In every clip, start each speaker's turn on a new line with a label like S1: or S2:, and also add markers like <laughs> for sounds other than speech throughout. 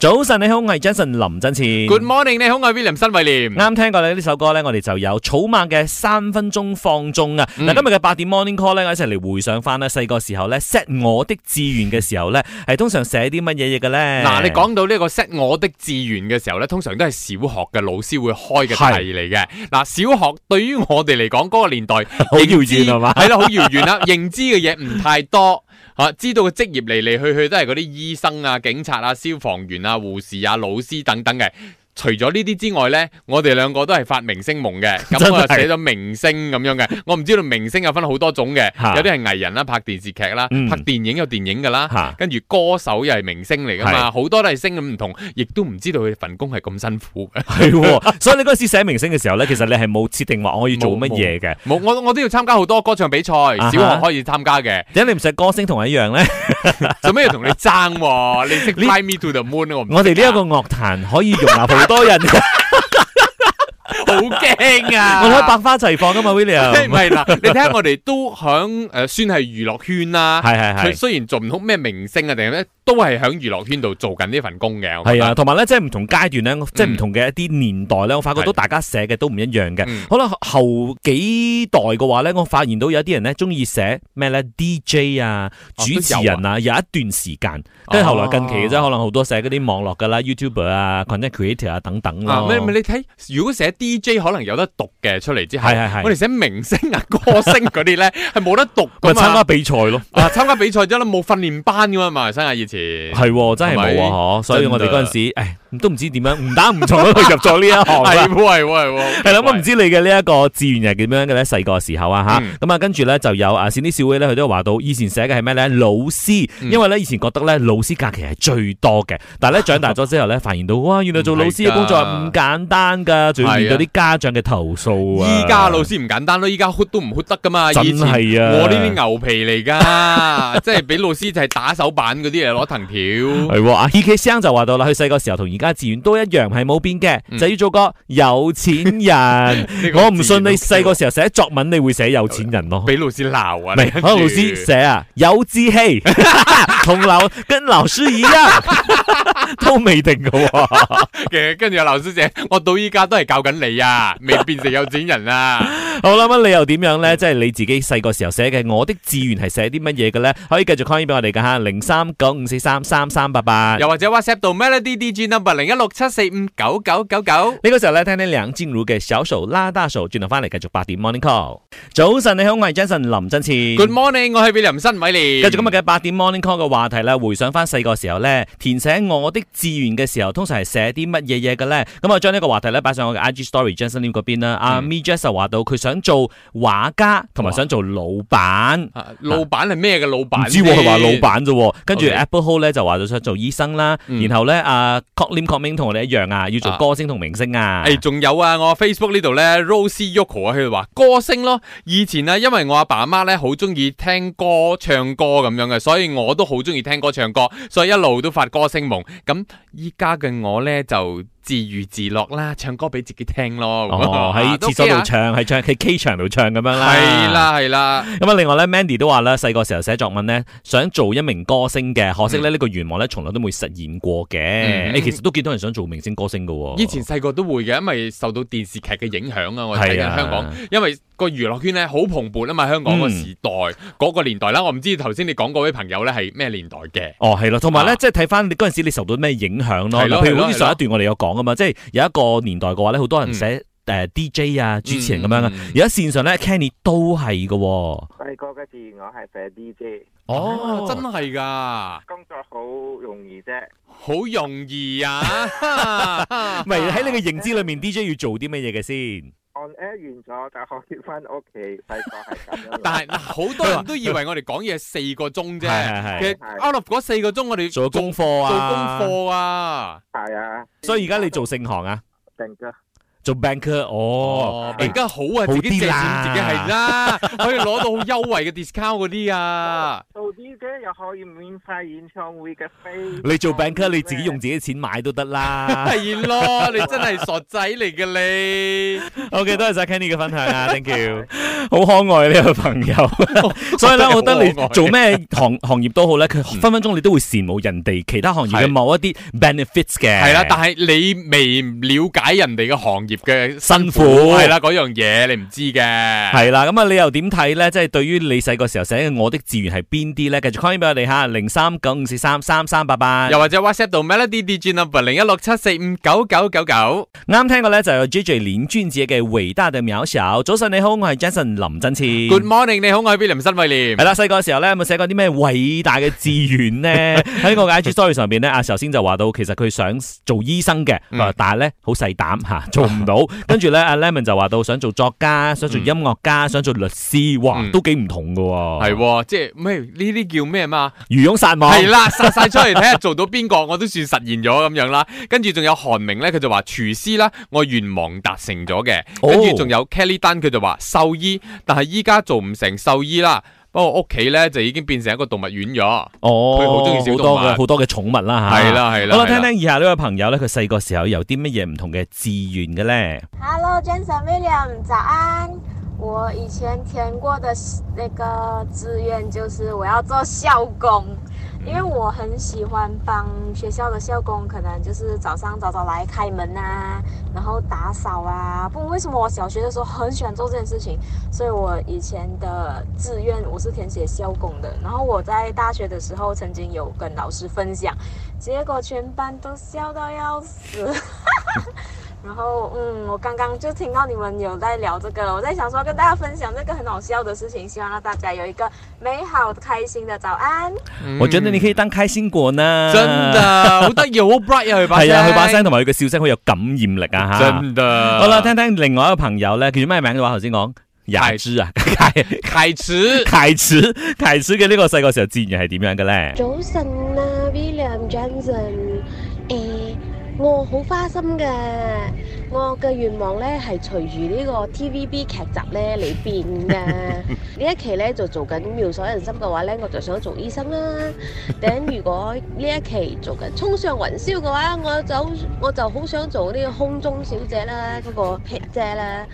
S1: 早晨，你好，我係 Jason 林振前。
S2: Good morning，你好，我係 William 新偉廉。
S1: 啱聽過咧呢首歌咧，我哋就有草蜢嘅三分鐘放縱啊！嗱、
S2: 嗯
S1: 今日嘅八點 morning call 咧，我一齊嚟回想翻咧細個時候咧 set 我的志願嘅時候咧，係通常寫啲乜嘢嘢嘅咧？
S2: 嗱，你
S1: <laughs>
S2: 講到呢個 set 我的志願嘅時候咧，通常都係小學嘅老師會開嘅題嚟嘅。嗱，小學對於我哋嚟講嗰個
S1: <laughs>
S2: 年代好
S1: 遙遠係
S2: <laughs>
S1: 嘛
S2: 係啦，好遙遠啦，認知嘅嘢唔太多。吓、知道嘅職業嚟嚟去去都係嗰啲醫生啊、警察啊、消防員啊、護士啊、老師等等嘅。除咗呢啲之外呢，我哋兩個都係發明星
S1: <laughs>
S2: 夢嘅，咁
S1: 真係
S2: 我就寫咗明星咁樣嘅。我唔知道明星有分好多種嘅
S1: 嚇，
S2: 有啲係藝人啦，拍電視劇啦，
S1: 嗯
S2: 拍電影有電影噶啦，
S1: 嚇
S2: 跟住歌手又係明星嚟噶嘛，好多都係星咁唔同，亦都唔知道佢份工係咁辛苦嘅。
S1: 係喎，所以你嗰陣時寫明星嘅時候咧，其實你係冇設定話我要做乜嘢嘅。
S2: <laughs> 冇，我我都要參加好多歌唱比賽，
S1: 哈
S2: 小學開始參 <laughs> 加嘅。
S1: 點解你唔寫歌星同我一樣咧？
S2: 做咩要同你爭喎？你識 Fly Me to the Moon 我唔識啊
S1: 我哋呢一個樂壇可以容納好多人，
S2: <laughs> 好驚啊！
S1: 我哋可以百花齊放噶嘛
S2: 即係
S1: ，William
S2: 唔。係啦，你睇下我哋都響诶，算係娛樂圈啦。
S1: 係係係
S2: 佢。雖然做唔到咩明星啊，定係咩，都係響娛樂圈度做緊呢份工嘅。我覺得
S1: 係啊，，同埋咧，即係唔同階段咧，即係唔同嘅一啲年代咧，我發覺到
S2: 係
S1: 大家寫嘅都唔一樣嘅。
S2: 嗯
S1: 可能後幾代嘅話咧，我發現到有啲人咧中意寫咩咧 DJ 啊、
S2: 哦
S1: 主持人啊，有一段時間。跟住後來近期嘅啫，
S2: 哦
S1: 可能好多寫嗰啲網絡噶啦、YouTuber 啊、content creator 啊等等
S2: 啊
S1: 咯。
S2: 咩咩？你睇，如果寫 DJ 可能有得讀嘅出嚟之後，
S1: 係係係
S2: 我哋寫明星啊、歌星嗰啲咧
S1: <laughs>
S2: 係冇得讀
S1: 咪
S2: 噶
S1: 參加哦
S2: 嘛。
S1: 比賽咯？
S2: 啊，參加比賽啫啦，冇訓練班噶嘛，馬來西亞
S1: <laughs>
S2: 以前。
S1: 係喎，真係
S2: 係
S1: 冇
S2: 咪
S1: 啊！嗬，所以我哋
S2: 真㗎
S1: 嗰陣時，唉，都唔知點樣，唔打唔撞都入咗呢一行啦
S2: 係喎，。係喎，係喎。
S1: 係啦，咁唔知你嘅呢一個志願係點樣嘅咧？細個嘅時候啊
S2: 嗯
S1: 吓，咁啊跟住咧就有啊善啲小會咧，佢都話到以前寫嘅係咩咧？老師，
S2: 嗯
S1: 因為咧以前覺得咧老師假期係最多嘅，但
S2: <laughs>
S1: 係咧長大咗之後咧，發現到哇，原來做老師嘅工作係唔簡單㗎，仲要面對啲家長嘅投訴啊！
S2: 依家老師唔簡單咯，依家 hot 都唔 hot 得噶嘛。
S1: 真
S2: 以前
S1: 係啊
S2: 我呢啲牛皮嚟噶， <laughs> 即係俾老師就係打手板嗰啲嚟攞藤條。
S1: 係喎，阿 K K 生就話到啦，佢細個時候同而家志願都一樣，係冇變嘅，
S2: 嗯
S1: 就要做個有錢
S2: <laughs>
S1: 人。
S2: 呢個
S1: <laughs> 我唔信你
S2: 自
S1: 細
S2: 然
S1: 個時候寫作文，你會寫有錢人咯。
S2: 俾老師鬧啊！
S1: 唔係，可能老師寫啊，有志氣， <laughs> 同老跟老師一 <laughs> 樣，都未定嘅喎。
S2: 嘅， <laughs> 跟住阿劉師姐，我到依家都係教緊你啊，未變成有錢人啊！
S1: 好啦，咁你又點樣咧？即係你自己細個時候寫嘅，我的志願係寫啲乜嘢嘅咧？可以繼續 call in 俾我哋嘅嚇，零三九五四三三三八八。
S2: 又或者 WhatsApp 到 Melody DG number 零一六七四五九九九九。
S1: 呢個時候咧，聽聽梁靜茹嘅小手拉大手，轉頭翻嚟繼續八點 morning call。早晨，你好，我係 Jason 林振前。
S2: Good morning，我係 William 新
S1: Dạ. 繼
S2: 偉廉。
S1: 續今日嘅八點 morning call 嘅話題啦，回想翻細個時候咧，填寫我的志願嘅時候，通常係寫啲乜嘢嘢嘅咧？咁我將呢個話題咧擺上我嘅 IG story Jason Lim 嗰邊啦。阿
S2: 嗯
S1: Mi Jess 就話到佢想做畫家，同埋想做老闆。
S2: 啊老闆係咩嘅老
S1: 唔
S2: 闆
S1: 知
S2: 先？
S1: 喎，佢話老闆啫喎，跟住
S2: OK
S1: Apple Ho 咧就話咗想做醫生啦，
S2: 嗯
S1: 然後咧阿 c o l i m c o l i n 同我哋一樣啊，要做
S2: 啊
S1: 歌星同明星啊，
S2: 誒，仲有啊！我 Facebook 呢度咧，Rosie Yoko 啊，佢話歌星咯。以前啊，因為我阿爸阿媽咧好中意聽歌、唱歌咁樣嘅，所以我都好中意聽歌、唱歌，所以一路都發歌星夢。咁依家嘅我咧就自娛自樂啦，唱歌俾自己聽咯。 <laughs>
S1: 哦
S2: 啊
S1: 喺廁所度唱，喺唱喺 K 場度唱咁樣啦，
S2: 係。啦係啦，
S1: 咁啊，另外咧，Mandy 都話啦，細個時候寫作文咧，想做一名歌星嘅，可惜咧呢個願望咧，從來都冇實現過嘅。
S2: 嗯
S1: 你其實都幾多人想做明星歌星嘅喎。
S2: 以前細個都會嘅，因為受到電視劇嘅影響啊，我睇緊
S1: 係啊
S2: 香港，因為個娛樂圈咧好蓬勃啊嘛，香港個
S1: 嗯
S2: 時代嗰個年代啦，我唔知頭先你講嗰位朋友咧係咩年代嘅。
S1: 哦，係啦，同埋咧，
S2: 啊
S1: 即係睇翻你嗰陣時，你受到咩影響咯？
S2: 係咯
S1: 嗱譬如好
S2: 係咯
S1: 似
S2: 係咯嗯
S1: 上一段我哋有講啊嘛，即係有一個年代嘅話咧，好多人寫誒 DJ 啊、主持人咁樣啊
S2: 嗯嗯嗯。
S1: 而家線上咧，Kenny 都係嘅喎。
S3: 細個嘅志願我係寫 DJ，
S2: 哦，真係噶，
S3: 工作好容易啫。
S2: 好容易啊！ <laughs>
S1: 唔係喺你嘅認知裏面，DJ 要做啲乜嘢嘅先？
S3: on air 完咗就可以翻屋企，細個係咁樣。
S2: 但係嗱好多人都以為我哋講嘢四個鐘啫，
S1: 係係係
S2: 其實 out of 嗰四個鐘，我哋
S1: 做功課
S2: 做功
S1: 啊。
S2: 課啊，
S3: 係啊，
S1: 所以而家你做盛行啊？
S3: 定噶，
S1: 做 banker 哦，
S2: 哦，
S1: 誒
S2: 而家好啊，
S1: 好
S2: 自己借
S1: 啲
S2: 錢
S1: 啦
S2: 自己係啦，可以攞到好優惠嘅 discount 嗰啲啊。
S3: 做啲啫，又可以免費演唱會嘅飛。
S1: 你
S2: 啊
S1: 做 banker 你自己用自己錢買都得啦。
S2: 係咯，你真係傻仔嚟嘅你。
S1: OK，多謝晒 Kenny 嘅分享
S2: <laughs>
S1: 啊，thank you，好可愛呢個朋友。所以咧，我覺
S2: <laughs>
S1: 得你做咩行行業都好咧，
S2: 嗯
S1: 佢分分鐘你都會羨慕人哋其他行業嘅
S2: 係
S1: 某一啲 benefits 嘅。
S2: 系啦，但係你未了解人哋嘅行業嘅
S1: 辛苦
S2: 係啦，嗰樣嘢你唔知嘅。
S1: 系啦，咁啊，你又點睇咧？即係對於你細個時候寫嘅我的志願係邊啲咧？繼續 call in 俾我哋吓，零三九五四三三三八八。
S2: 又或者 WhatsApp 到 Melody DJ number 零一六七四五九九九九。
S1: 啱聽過咧，就有 J J 林俊傑嘅《偉大的渺小》。早晨你好，我係 Jason 林振次。
S2: Good morning，你好，我係 William 新偉廉
S1: 系。啦，細個嘅時候咧，有冇寫過啲咩偉大嘅志願
S2: <laughs>
S1: 呢？喺我嘅 IG story 上边咧，阿壽先就話到，其實佢想做醫生嘅，
S2: 嗯
S1: 但係咧好細膽吓，做唔
S2: <laughs>
S1: 到。跟住咧，阿 Lemon 就話到想做作家，想做音樂家，想做律師，哇
S2: 嗯，
S1: 都幾唔同噶。
S2: 係喎，即係咩？呢啲叫咩嘛？
S1: 魚翁撒網，
S2: 係啦，殺晒出嚟睇下做到邊個，我都算實現咗咁樣啦。跟住仲有韓明咧，佢就話廚師啦，我願望達成咗嘅。
S1: 哦
S2: 跟住仲有 Kelly Tan，佢就話獸醫，但係依家做唔成獸醫啦。不過屋企咧就已經變成一個動物園咗。
S1: 哦，
S2: 佢好鍾意小動物
S1: 多嘅好多嘅寵物啦吓。
S2: 係。啦係啦。
S1: 好啦，
S2: 係啦
S1: 聽聽以下呢位朋友咧，佢細個時候有啲乜嘢唔同嘅志願嘅咧？
S4: Hello Jason William，早安。我以前填过的那个志愿就是我要做校工，因为我很喜欢帮学校的校工，可能就是早上早早来开门啊，然后打扫啊。不，为什么我小学的时候很喜欢做这件事情，所以我以前的志愿我是填写校工的。然后我在大学的时候曾经有跟老师分享，结果全班都笑到要死。然后，嗯，我刚刚就听到你们有在聊这个，我在想说跟大家分享这个很好笑的事情，希望让大家有一个美好开心的早安。
S1: 我覺得你可以當開心果呢。
S2: 嗯真的好得意，好 bright 啊！
S1: <laughs>
S2: 佢把聲
S1: 係啊，佢把聲同埋佢嘅笑聲好有感染力啊！吓。
S2: 真的。
S1: 好啦，聽聽另外一個朋友咧，叫做咩名嘅話，頭先講牙齒啊， <laughs> 凱
S2: 啟
S1: 凱
S2: 齒。
S1: 齒凱齒嘅呢個細個時候志願係點樣嘅咧？
S5: 早晨啊，William Johnson，誒、我好花心嘅，我嘅願望咧係隨住呢個 TVB 劇集咧嚟變嘅。呢一期咧就做緊妙所人心嘅話咧，我就想做醫生啦。等如果呢一期做緊衝上雲霄嘅話，我就好我就好想做呢個空中小姐啦，嗰、個撇姐啦。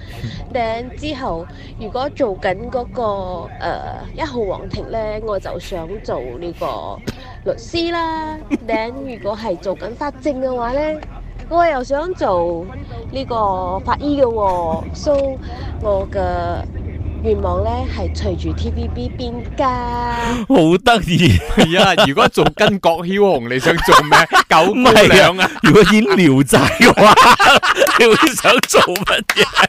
S5: 等之後。如果做緊嗰、個、呃、一號皇庭咧，我就想做呢個律師啦。 <laughs> 頂如果係做緊法證嘅話咧，我又想做呢個法醫嘅喎、So 我嘅願望咧係隨住 TVB 變㗎。
S1: 好得意！
S2: 係啊，如果做巾帼梟雄，你想做
S1: <laughs>
S2: 咩？九姑娘啊！
S1: 如果演聊仔嘅話， <laughs> 你會想做乜嘢？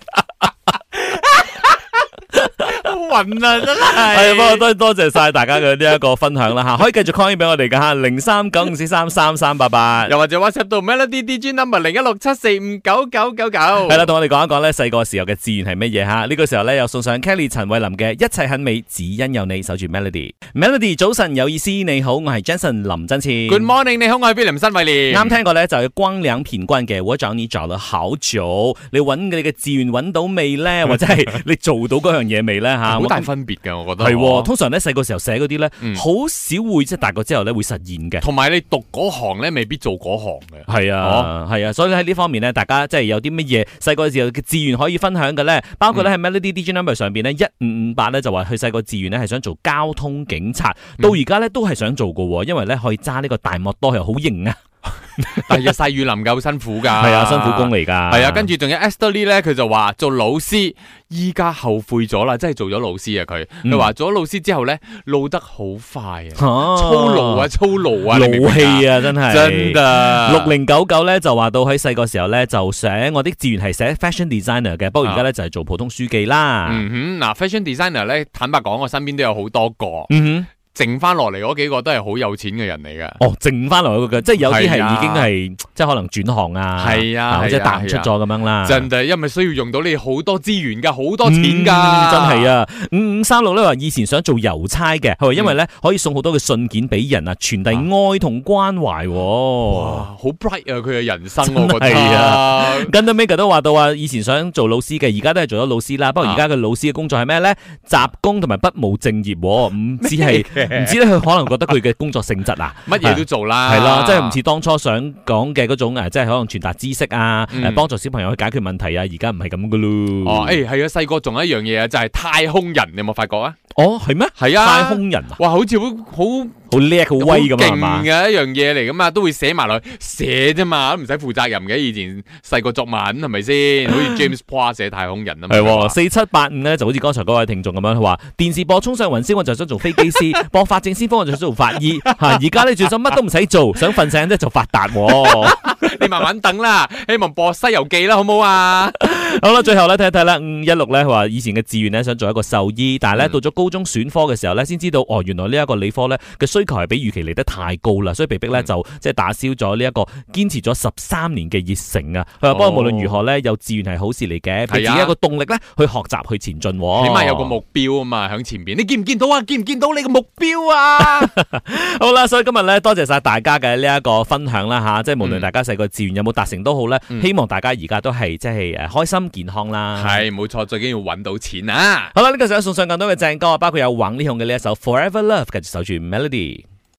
S2: 暈啊，真
S1: 係
S2: 係。
S1: 啊，不過多多謝晒大家嘅呢一個分享啦吓，可以繼續 call in 俾我哋噶吓，零三九五四三三三八八。
S2: 又或者 WhatsApp 到 Melody DJ number 零一六七四五九九九九。
S1: 系啦，同我哋講一講咧，細個時候嘅志願係乜嘢吓？呢、個時候咧，又送上 Kelly 陳慧琳嘅《一切很美，只因有你》，守住 Melody。Melody 早晨有意思，你好，我係 Jason 林真前。
S2: Good morning，你好，我係 William 新偉廉。
S1: 啱聽過咧，就有光良片軍嘅《我找你找了好久》，你揾你嘅志願揾到未
S2: <laughs>
S1: 咧？或者係你做到嗰樣嘢未咧？吓，
S2: 好大
S1: 我
S2: 分別㗎，我覺得
S1: 係喎，通常咧細個時候寫嗰啲咧，
S2: 嗯
S1: 好少會即係大個之後咧會實現嘅。
S2: 同埋你讀嗰行咧，未必做嗰行嘅。
S1: 係
S2: 哦
S1: 啊，係啊，所以喺呢方面咧，大家即係有啲乜嘢細個時候嘅志願可以分享嘅咧，包
S2: 嗯
S1: 括咧喺 Melody DJ number 上邊咧一五五八咧就話佢細個志願咧係想做交通警察，
S2: 嗯
S1: 到而家咧都係想做嘅喎，因為咧可以揸呢個大摩多係好型啊，
S2: 但係日曬雨淋夠辛苦㗎。
S1: 係啊，辛苦工嚟㗎，
S2: 系啊，跟住仲有 Esther Lee 咧，佢就話做老師，依家後悔咗啦，真係做咗老師啊！佢
S1: 嗯
S2: 佢話做咗老師之後咧，老得好快啊，
S1: 粗
S2: 粗勞啊，粗勞啊，
S1: 老
S2: 你明唔明
S1: 氣啊，真係
S2: 真。噶
S1: 六零九九咧就話到喺細個時候咧就寫我的志願係寫 fashion designer 嘅，
S2: 啊
S1: 不過而家咧就係做普通書記啦。
S2: 嗯哼，嗱，fashion designer 咧，坦白講，我身邊都有好多個，
S1: 嗯哼，
S2: 剩翻落嚟嗰幾個都係好有錢嘅人嚟嘅。
S1: 哦，剩翻落去嘅，即係有啲係
S2: 係啊
S1: 已經係即係可能轉行啊，
S2: 係啊
S1: 或者
S2: 係啊
S1: 淡出咗咁樣啦。
S2: 真係因為需要用到你好多資源㗎，好多錢㗎，
S1: 嗯真係！啊！五五三六咧話以前想做郵差嘅，佢話因為咧
S2: 嗯
S1: 可以送好多嘅信件俾人啊，傳遞愛同關懷喎。
S2: 哇，好 bright 啊！佢嘅人生，我覺
S1: 真係啊
S2: 得。
S1: <laughs> 跟到 Mega 都話到啊，以前想做老師嘅，而家都係做咗老師啦。不
S2: 啊
S1: 過而家嘅老師嘅工作係咩咧？雜工同埋不務正業喎，唔知
S2: <laughs>
S1: 係唔知咧，佢可能覺得佢嘅工作性質啊，
S2: 乜嘢都做啦，
S1: 係啦，即係唔似當初想講嘅嗰種誒，即係可能傳達知識啊，
S2: 嗯
S1: 誒幫助小朋友去解決問題啊，而家唔係咁噶咯。
S2: 哦，誒係啊，細個仲有一樣嘢啊，就係太空人，你有冇發覺啊？
S1: 哦，係咩？
S2: 係啊，
S1: 太空人啊，
S2: 哇，好似好好
S1: 好叻好威咁啊，係
S2: 好
S1: 嘛
S2: 勁？嘅一樣嘢嚟噶嘛，都會寫埋落去寫啫嘛，都唔使負責任嘅。以前細個作文係咪先？好似 James Poir 寫太空人啊嘛，
S1: 係喎，四七八五咧就好似剛才嗰位聽眾咁樣，佢話電視播《衝上雲霄》，我就想做飛機
S2: <laughs>
S1: 師；播《法證先鋒》，我就想做法醫。 <laughs> 嚇，而家咧最想乜都唔使做，想瞓醒咧就發達
S2: <laughs>
S1: 喎。
S2: <laughs> 你慢慢等啦，希望播《西遊記》啦，好唔好啊？
S1: 好啦，最後咧睇一睇啦，五一六咧佢話以前嘅志願咧想做一個獸醫，但係咧
S2: 嗯
S1: 到咗高中選科嘅時候咧，先知道哦，原來呢一個理科咧嘅需求係比預期嚟得太高啦，所以被逼咧
S2: 嗯
S1: 就即係打消咗呢一個堅持咗十三年嘅熱誠啊。佢話不過
S2: 哦
S1: 無論如何咧，有志願係好事嚟嘅，俾
S2: 係
S1: 自
S2: 啊
S1: 己一個動力咧去學習去前進喎，
S2: 起碼有個目標啊嘛，響前邊。你見唔見到啊？見唔見到你個目標啊？
S1: 好啦，所以今日咧，多謝晒大家嘅呢一個分享啦吓，即係無論
S2: 嗯
S1: 大家細個志願有冇達成都好咧，
S2: 嗯
S1: 希望大家而家都係即係誒開心健康啦。
S2: 係冇錯，最緊要揾到錢啊！
S1: 好啦，呢、個時候送上更多嘅正歌，包括有王力宏嘅呢一首《Forever Love》，繼續守住 Melody。